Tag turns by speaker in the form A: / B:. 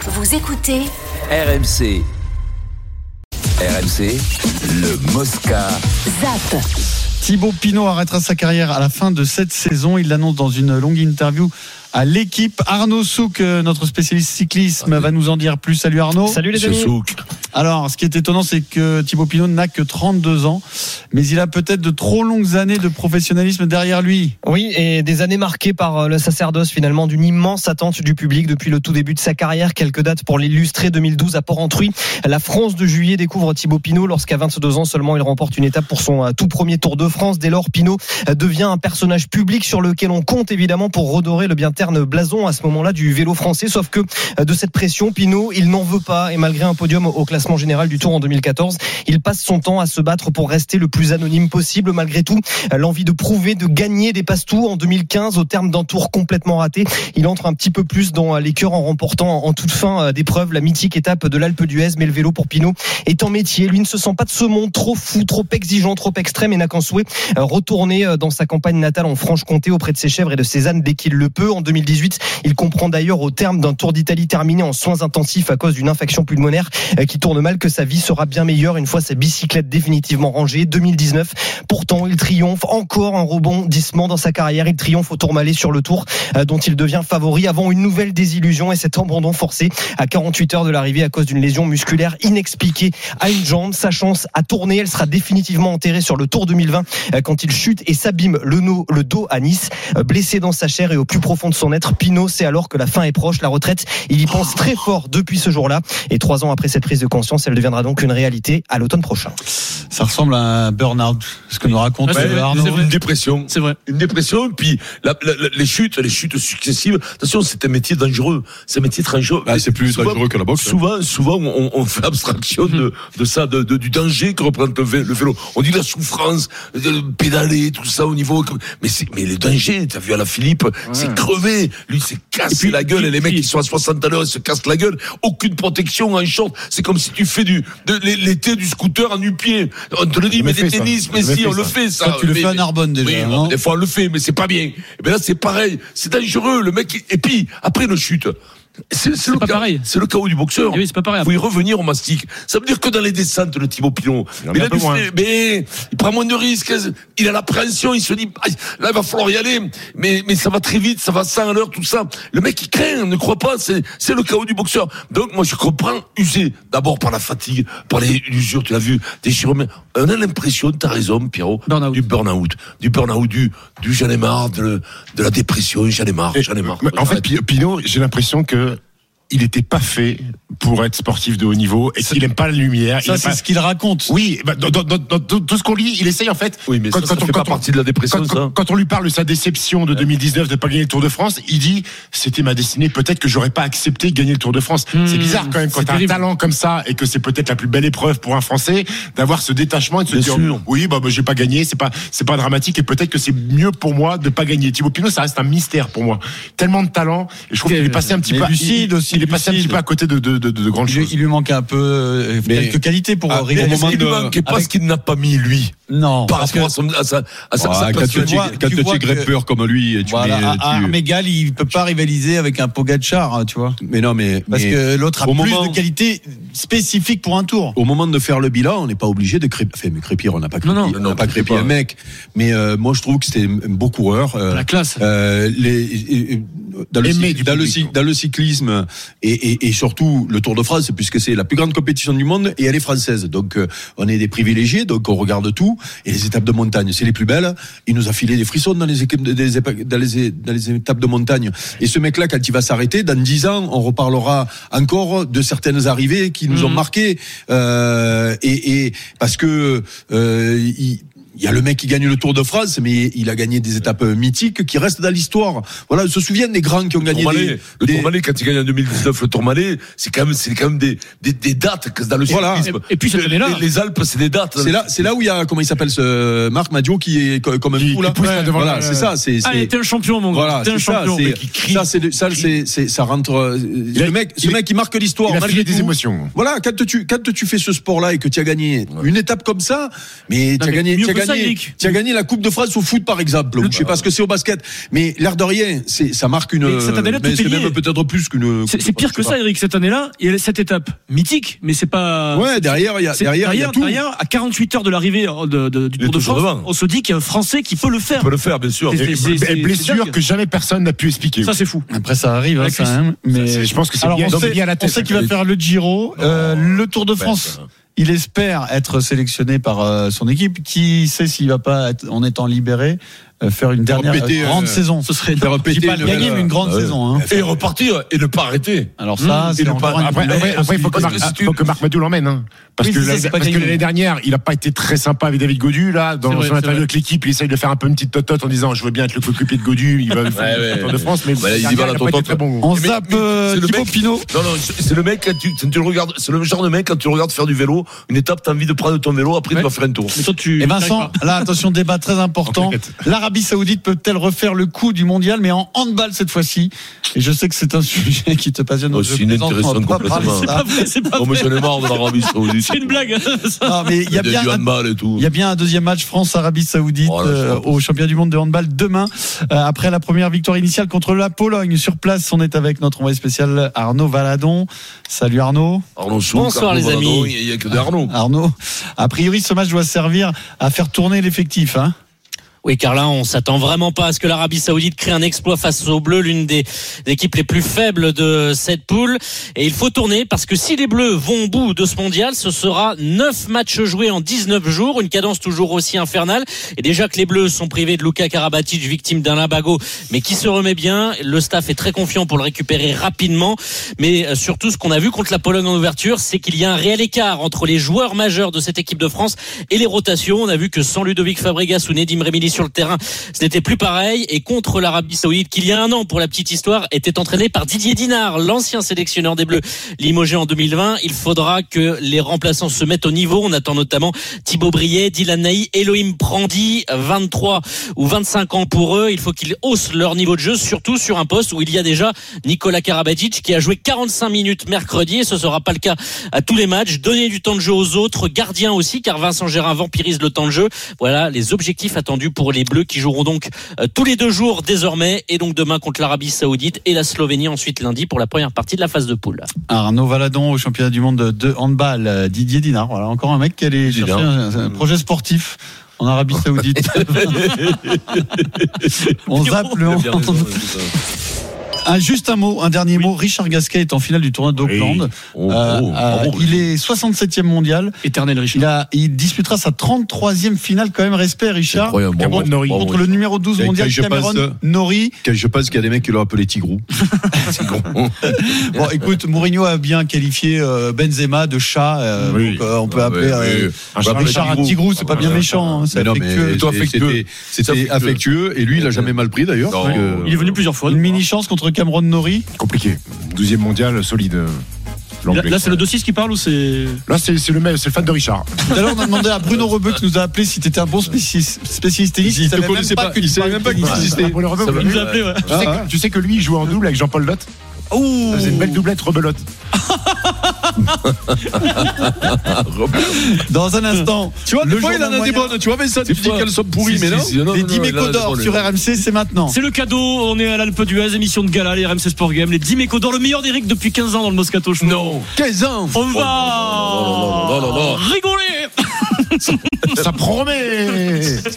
A: Vous écoutez
B: RMC. RMC, le Mosca.
A: ZAP.
C: Thibaut Pinot arrêtera sa carrière à la fin de cette saison. Il l'annonce dans une longue interview à l'équipe. Arnaud Souk, euh, notre spécialiste cyclisme, va nous en dire plus. Salut Arnaud.
D: Salut les amis.
C: Alors, ce qui est étonnant, c'est que Thibaut Pinot n'a que 32 ans, mais il a peut-être de trop longues années de professionnalisme derrière lui.
D: Oui, et des années marquées par euh, le sacerdoce finalement d'une immense attente du public depuis le tout début de sa carrière. Quelques dates pour l'illustrer 2012 à Port-Entruy. La France de juillet découvre Thibaut Pinot lorsqu'à 22 ans seulement il remporte une étape pour son euh, tout premier Tour de France. Dès lors, Pinot euh, devient un personnage public sur lequel on compte évidemment pour redorer le bien terne blason à ce moment-là du vélo français. Sauf que euh, de cette pression, Pinot, il n'en veut pas et malgré un podium au classement général du Tour en 2014, il passe son temps à se battre pour rester le plus anonyme possible. Malgré tout, euh, l'envie de prouver, de gagner dépasse tout. En 2015, au terme d'un tour complètement raté, il entre un petit peu plus dans euh, les cœurs en remportant en toute fin euh, d'épreuve la mythique étape de l'Alpe d'Huez. Mais le vélo pour Pinot est en métier. Lui ne se sent pas de ce monde trop fou, trop exigeant, trop extrême et n'a qu'en souhait euh, retourner euh, dans sa campagne natale en Franche-Comté auprès de ses chèvres et de ses ânes dès qu'il le peut. En 2018, il comprend d'ailleurs au terme d'un tour d'Italie terminé en soins intensifs à cause d'une infection pulmonaire euh, qui tourne mal que sa vie sera bien meilleure une fois sa bicyclette définitivement rangée. 2019, pourtant, il triomphe encore un rebondissement dans sa carrière. Il triomphe au Tourmalet sur le Tour euh, dont il devient favori avant une nouvelle désillusion et cet abandon forcé à 48 heures de l'arrivée à cause d'une lésion musculaire inexpliquée à une jambe. Sa chance à tourner, elle sera définitivement enterrée sur le Tour 2020 euh, quand il chute et s'abîme le, no- le dos à Nice. Euh, Blessé dans sa chair et au plus profond de son être, Pinot sait alors que la fin est proche, la retraite. Il y pense très fort depuis ce jour-là et trois ans après cette prise de conscience, elle deviendra donc une réalité à l'automne prochain.
C: Ça ressemble à un burn-out, ce que nous raconte
E: Ouais, c'est
C: euh,
E: vrai,
C: Arnaud.
E: c'est vrai.
F: une dépression.
E: C'est vrai.
F: Une dépression, et puis la- la- la- les chutes, les chutes successives. Attention, c'est un métier dangereux. C'est un métier très dangereux.
G: Ah, c'est plus
F: Souvent-
G: dangereux que la boxe. hein.
F: Souvent, souvent, on, on fait abstraction de, de ça, de, de- du danger que représente le vé- le vélo. On dit la souffrance, de pédaler, tout ça au niveau. Mais c'est, mais le danger, t'as vu à la Philippe, c'est crevé. Lui, c'est
E: Et
F: casser
E: puis-
F: la gueule.
E: et
F: Et les
E: puis-
F: mecs, ils sont à 60 à l'heure, ils se cassent la gueule. Aucune protection en short. C'est comme si tu fais du, de, l'été du scooter à nu-pied. On te le dit,
G: Je
F: mais
G: le
F: des
G: fais, ça.
F: tennis, mais
G: Je le
F: si,
G: fais,
F: on le
G: ça.
F: fait, ça.
C: Toi, tu le
F: Mais-
C: fais à Narbonne déjà.
F: oui,
C: non
F: bon, des fois on le fait, mais c'est pas bien. Et bien là, c'est pareil. C'est dangereux. Le mec, et puis après le chute. C'est c'est le,
E: pas
F: cas-
E: pareil.
F: c'est le chaos du boxeur.
E: Eh oui, c'est pas pareil.
F: Il faut y revenir au mastic. Ça veut dire que dans les descentes, le Thibaut Pilon,
G: en
F: il,
G: a
F: a
G: un peu
F: du
G: moins.
F: flair, mais il prend moins de risques. Il a l'appréhension. Il se dit, aïe, là, il va falloir y aller. Mais, mais ça va très vite, ça va 100 à l'heure, tout ça. Le mec, il craint, ne croit pas. C'est c'est le chaos du boxeur. Donc, moi, je comprends usé d'abord par la fatigue, par les- l'usure, tu l'as vu, déchirure. Mais On a l'impression, t'as raison, Pierrot,
E: Burn-out.
F: du burn-out. Du burn-out, du, du j'en ai marre, de, de la dépression, j'en ai marre,
G: Et-
F: j'en ai marre.
G: Mais en fait, Pi- Pinot, j'ai l'impression que il n'était pas fait pour être sportif de haut niveau et qu'il n'aime pas la lumière. il
C: Ça,
G: aime
C: c'est
G: pas-
C: ce qu'il raconte.
G: Oui, bah, dans, dans- dans- dans tout tout ce qu'on lit, il essaye en fait.
F: oui, mais ça, ça fait pas
G: on-
F: partie de la dépression,
G: quand-
F: ça.
G: quand- quand on lui parle de sa déception de 2019 de ne pas gagner le Tour de France, il dit c'était ma destinée. Peut-être que j'aurais pas accepté de gagner le Tour de France.
F: Hmm,
E: Mmh,
G: c'est bizarre quand même quand
E: c'est
G: t'as un
E: terrible.
G: talent comme ça et que c'est peut-être la plus belle épreuve pour un Français d'avoir ce détachement et de se
F: Bien
G: dire
F: sûr.
G: oui bah, bah, j'ai pas gagné, c'est pas c'est pas dramatique et peut-être que c'est mieux pour moi de pas gagner. Thibaut Pinot ça reste un mystère pour moi. Tellement de talent et je trouve qu'il est passé un petit
C: Mais
G: peu à-
C: lucide
G: il-
C: aussi,
G: Il est passé un petit
C: lucide.
G: peu à côté de de, de, de grandes
C: Il, lui-
G: choses.
C: il lui manque un peu euh,
G: Mais-
C: quelques qualités pour
G: Ah,
C: régler
F: Mais
C: le
F: est-ce
C: moment
F: qu'il
C: de-
F: lui manque pas
C: avec-
F: ce qu'il n'a pas mis, lui,
C: Non,
F: par
C: parce que-
F: rapport à, son, à sa, à sa, sa
G: Ah,
C: tu
F: personnalité
C: vois-
G: Quand
C: tu
G: tu
C: vois que-
G: grimpeur comme lui, tu
C: Voilà, ah,
G: mets- euh,
C: à-
G: tu-
C: à Armégal, il peut pas rivaliser avec un Pogacar, hein, tu vois.
H: Mais non, mais,
C: Parce
H: mais
C: que l'autre a
H: au
C: plus
H: moment-
C: de qualités spécifiques pour un tour.
H: au moment de faire le bilan, on n'est pas obligé de crépir. Enfin, mais crépir, on n'a pas crépir,
E: non,
H: on n'a pas crépi un mec. Mais euh, moi, je trouve que c'était un beau coureur. euh,
E: La classe.
H: euh, les, euh, dans, le,
G: Aimé
H: cyc-
G: du
H: dans le
G: public,
H: cyc-
G: quoi.
H: dans le cyclisme et, et- et surtout le Tour de France, puisque c'est la plus grande compétition du monde et elle est française. Donc euh, on est des privilégiés, donc on regarde tout. Et les étapes de montagne, c'est les plus belles. Il nous a filé des frissons dans les, équipes de- des épa- dans les, dans les étapes de montagne. Et ce mec-là, quand il va s'arrêter, dans 10 ans, on reparlera encore de certaines arrivées qui
F: Mhm.
H: nous ont marqués. Euh, et, et parce que euh, il, il y a le mec qui gagne le Tour de France, mais il a gagné des étapes mythiques qui restent dans l'histoire. Voilà, on se souvient des grands qui ont gagné
F: Tourmalet.
H: des,
F: Le
H: des-
F: Tourmalet, quand il gagne en 2019, le Tourmalet, c'est quand même, c'est quand même des, des, des dates que dans le
H: Voilà.
F: cyclisme.
E: Et- et puis cette
F: Le-
E: année-là-
F: les, les Alpes, c'est des dates.
H: Euh, C'est là, c'est là où il y a comment il s'appelle ce Marc Madio qui est co- comme un
G: Qui-
H: fou là.
G: qui pousse là devant
H: voilà,
G: le-
H: c'est ça, c'est. c'est-
A: ah,
E: Allez, t'es un champion, mon gars.
H: Voilà,
E: t'es un
H: c'est ça,
E: champion.
H: c'est-
E: mec.
H: ça, c'est le- ça, c'est, c'est- ça rentre. euh,
G: a-
H: le mec, ce
G: il-
H: mec, il marque l'histoire.
G: il a
H: malgré
G: filé des
H: tout.
G: émotions.
H: Voilà, quand tu, quand tu fais ce sport-là et que tu as gagné une étape comme ça, mais tu as
E: mais
H: gagné,
E: mieux
H: tu as
E: que
H: gagné gagné,
A: Saint-Luc.
H: qui a gagné la Coupe de France au foot, par exemple. Je sais pas ce que c'est au basket, mais l'air de rien, c'est, ça marque une.
A: Mais cette année-là,
H: mais
A: tout
H: c'est
A: est lié.
H: même peut-être plus
F: Euh,
H: qu'une.
A: C'est
H: Coupe
A: c'est
H: de
A: pire
H: France,
A: que
H: je sais
A: ça, Eric, cette année-là. Il y a cette étape mythique, mais c'est pas.
H: pas. Ouais, derrière, il y a,
A: c'est-
H: derrière, il y a tout.
A: derrière, à 48 heures de l'arrivée euh, de- de- du
F: Il est
A: Tour de
F: toujours
A: France,
F: devant.
A: on se dit qu'il y a un Français qui peut le faire.
F: On peut le faire, bien sûr.
A: C'est-
G: Et-
A: c'est- c'est-
G: et blessure
A: dingue.
G: que jamais personne n'a pu expliquer.
A: Ça, c'est fou.
C: Après, ça arrive, hein,
A: La
C: ça,
A: cuisse.
C: hein, mais
G: C'est- je pense que c'est
C: Alors,
G: bien,
C: on
G: donc
C: sait,
G: lié à la
C: on
G: tête.
C: sait qu'il va faire le Giro, euh, le Tour de France. Il espère être sélectionné par euh, son équipe. Qui sait s'il va pas, être- en étant libéré, euh, faire une dernière
H: péter,
C: euh, grande
H: euh,
C: saison.
A: Ce serait
H: Faire
C: Je dis
H: péter
C: pas
H: le-
C: gagner, mais une grande
H: Ah ouais.
C: saison. hein.
F: Et repartir et ne pas arrêter.
C: Alors ça,
F: Mmh,
C: c'est
F: et le
C: encore
F: pas-
C: un-
G: Après, après, après, il faut que,
F: Parce
G: Marc,
F: que si tu-
G: faut que Marc Madou l'emmène. hein. Parce
C: Oui,
G: que
C: c'est ça,
G: l'année-
C: c'est pas
G: parce que
C: gagné.
G: l'année dernière, il n'a pas été très sympa avec David Godu. Là, dans
A: C'est vrai,
G: son
A: c'est
G: interview
A: vrai.
G: avec l'équipe, il essaye de faire un peu une petite totote en disant Je veux bien être le coéquipier de Godu, il va me faire
F: ouais.
G: le Tour de France, mais
F: Bah, il y
G: l'année
F: va,
G: dernière,
F: la
G: il n'a pas été
F: totote,
G: très bon.
C: On
F: Mais-
C: zappe
F: mais
C: euh,
F: c'est le
C: Thibaut
F: mec-
C: Pinot.
F: Non, non, c'est c'est le mec, quand tu, quand tu le regardes, c'est le genre de mec, quand tu le regardes faire du vélo, une étape, t'as envie de prendre ton vélo, après
A: Ouais.
F: tu vas faire un tour.
A: Mais toi, tu.
C: Et Vincent, là, attention, débat très important.
G: On t'inquiète.
C: L'Arabie Saoudite peut-elle refaire le coup du mondial, mais en handball cette fois-ci Et je sais que c'est un sujet qui te passionne. donc
F: Oh,
C: je
F: c'est
C: plaisante, on va
F: inintéressant
C: pas parler de
F: complètement.
A: C'est
C: ça.
A: pas vrai, Ah, c'est pas
F: Oh, mais
A: vrai.
F: j'en ai marre de l'Arabie Saoudite.
A: C'est une blague. ça.
C: Non, mais il y a bien
F: du
C: un
F: handball et tout.
C: Il y a bien un deuxième match France-Arabie Saoudite
F: Oh là, je
C: euh,
F: vois pas.
C: au championnat du monde de handball demain. Euh, après la première victoire initiale contre la Pologne sur place, on est avec notre envoyé spécial Arnaud Valadon. Salut Arnaud.
F: Arnaud Souk,
A: Bonsoir,
F: Arnaud
A: les amis.
F: Valadon, Il n'y a que d'Arnaud.
C: Arnaud, a priori ce match doit servir à faire tourner l'effectif. Hein
E: Oui, car là, on s'attend vraiment pas à ce que l'Arabie Saoudite crée un exploit face aux Bleus, l'une des équipes les plus faibles de cette poule. Et il faut tourner parce que si les Bleus vont au bout de ce mondial, ce sera 9 matchs joués en 19 jours, une cadence toujours aussi infernale. Et déjà que les Bleus sont privés de Luka Karabatic, victime d'un labago, mais qui se remet bien. Le staff est très confiant pour le récupérer rapidement. Mais euh, surtout, ce qu'on a vu contre la Pologne en ouverture, c'est qu'il y a un réel écart entre les joueurs majeurs de cette équipe de France et les rotations. On a vu que sans Ludovic Fabregas ou Nedim Remili sur le terrain, ce n'était plus pareil. Et contre l'Arabie Saoudite, qu'il y a un an, pour la petite histoire, était entraîné par Didier Dinard, l'ancien sélectionneur des Bleus, limogé en 2020. Il faudra que les remplaçants se mettent au niveau. On attend notamment Thibaut Briet, Dylan Naï, Elohim Prandi, 23 ou 25 ans pour eux. Il faut qu'ils haussent leur niveau de jeu, surtout sur un poste où il y a déjà Nicolas Karabatic qui a joué 45 minutes mercredi et ce sera pas le cas à tous les matchs. Donner du temps de jeu aux autres, gardien aussi, car Vincent Gérin vampirise le temps de jeu. Voilà les objectifs attendus pour les Bleus qui joueront donc euh, tous les deux jours désormais et donc demain contre l'Arabie Saoudite et la Slovénie ensuite lundi pour la première partie de la phase de poule.
C: Arnaud Valadon au championnat du monde de handball. Euh, Didier Dinard, voilà encore un mec qui allait chercher un,
F: Euh.
C: un projet sportif. En Arabie Saoudite. on zappe le
F: Il a bien raison,
C: hand.
F: ouais, c'est ça.
C: Un, juste un mot, un dernier mot. Richard Gasquet est en finale du tournoi d'Auckland.
F: Oh,
C: Euh,
F: oh,
C: euh,
F: bravo.
C: il est 67e mondial.
A: Éternel Richard.
C: Il, a, il disputera sa 33e finale quand même. Respect,
F: C'est
C: Richard.
F: incroyable, bravo,
G: Cameron Norrie
F: bravo,
C: Contre le numéro 12
H: Et
C: mondial,
H: je pense,
C: Cameron
H: euh,
C: Nori.
H: Que Je pense qu'il y a des mecs qui l'ont appelé Tigrou.
C: Bon, écoute, Mourinho a bien qualifié euh, Benzema de chat. euh,
G: Oui.
C: donc, euh, on
H: Ah,
C: peut appeler
F: Ah, Ouais,
C: euh,
F: ouais. Ah,
G: Un
H: Bah,
G: Charles
C: Richard un
G: Tigrou.
C: tigrou, c'est pas bien méchant. hein, c'est
H: Ah, Mais non,
C: affectueux.
H: mais
F: Plutôt
H: c'est-
F: affectueux.
H: c'était- C'était
F: C'est affectueux.
H: affectueux et lui, il a jamais mal pris d'ailleurs.
F: Non.
H: Donc, euh,
A: Il est venu plusieurs fois.
C: Une mini chance contre Cameron Nori.
G: Compliqué. 12e mondial, solide. euh,
A: Là,
G: l'anglais.
A: là, c'est le 2-6 qui parle ou c'est.
G: Là, c'est c'est le, mec- c'est le fan de Richard.
C: Tout à l'heure, on a demandé à Bruno Rebeu qui nous a appelé si t'étais un bon spécialiste, spécialiste tennis.
H: Il te
C: savait
H: connaissait pas,
C: que
H: il savait
C: tu
H: même pas
C: parlais
H: qu'il
C: tennis.
H: existait. Ah,
G: Après Ah, le rebeu,
F: Ça va
G: lui,
A: Il nous a appelé, ouais.
G: tu, sais que, tu sais que lui, il jouait en double avec Jean-Paul Lotte.
A: Ouh.
G: C'est une belle doublette rebelote.
F: Ah,
C: Dans un instant,
H: Tu vois,
C: Le
H: des fois, il en
C: journal
H: a des
C: moyen.
H: bonnes. Tu vois, mais ça, tu
F: C'est
H: dis
F: pas-
H: qu'elles sont pourries,
F: Si,
H: mais
F: si,
H: non.
F: si, non,
C: les
F: non,
C: 10
F: non, il a
C: mécos d'or
F: raison,
C: sur
F: il a-
C: RMC, c'est maintenant.
A: C'est le cadeau, on est à l'Alpe d'Huez, émission de gala, les RMC Sport Game, les 10 mécos dans le meilleur d'Eric depuis 15 ans dans le Moscato Show.
F: Non.
C: 15 ans
A: On va
F: non, non, non, non, non, non, non, non.
A: rigoler
G: Ça promet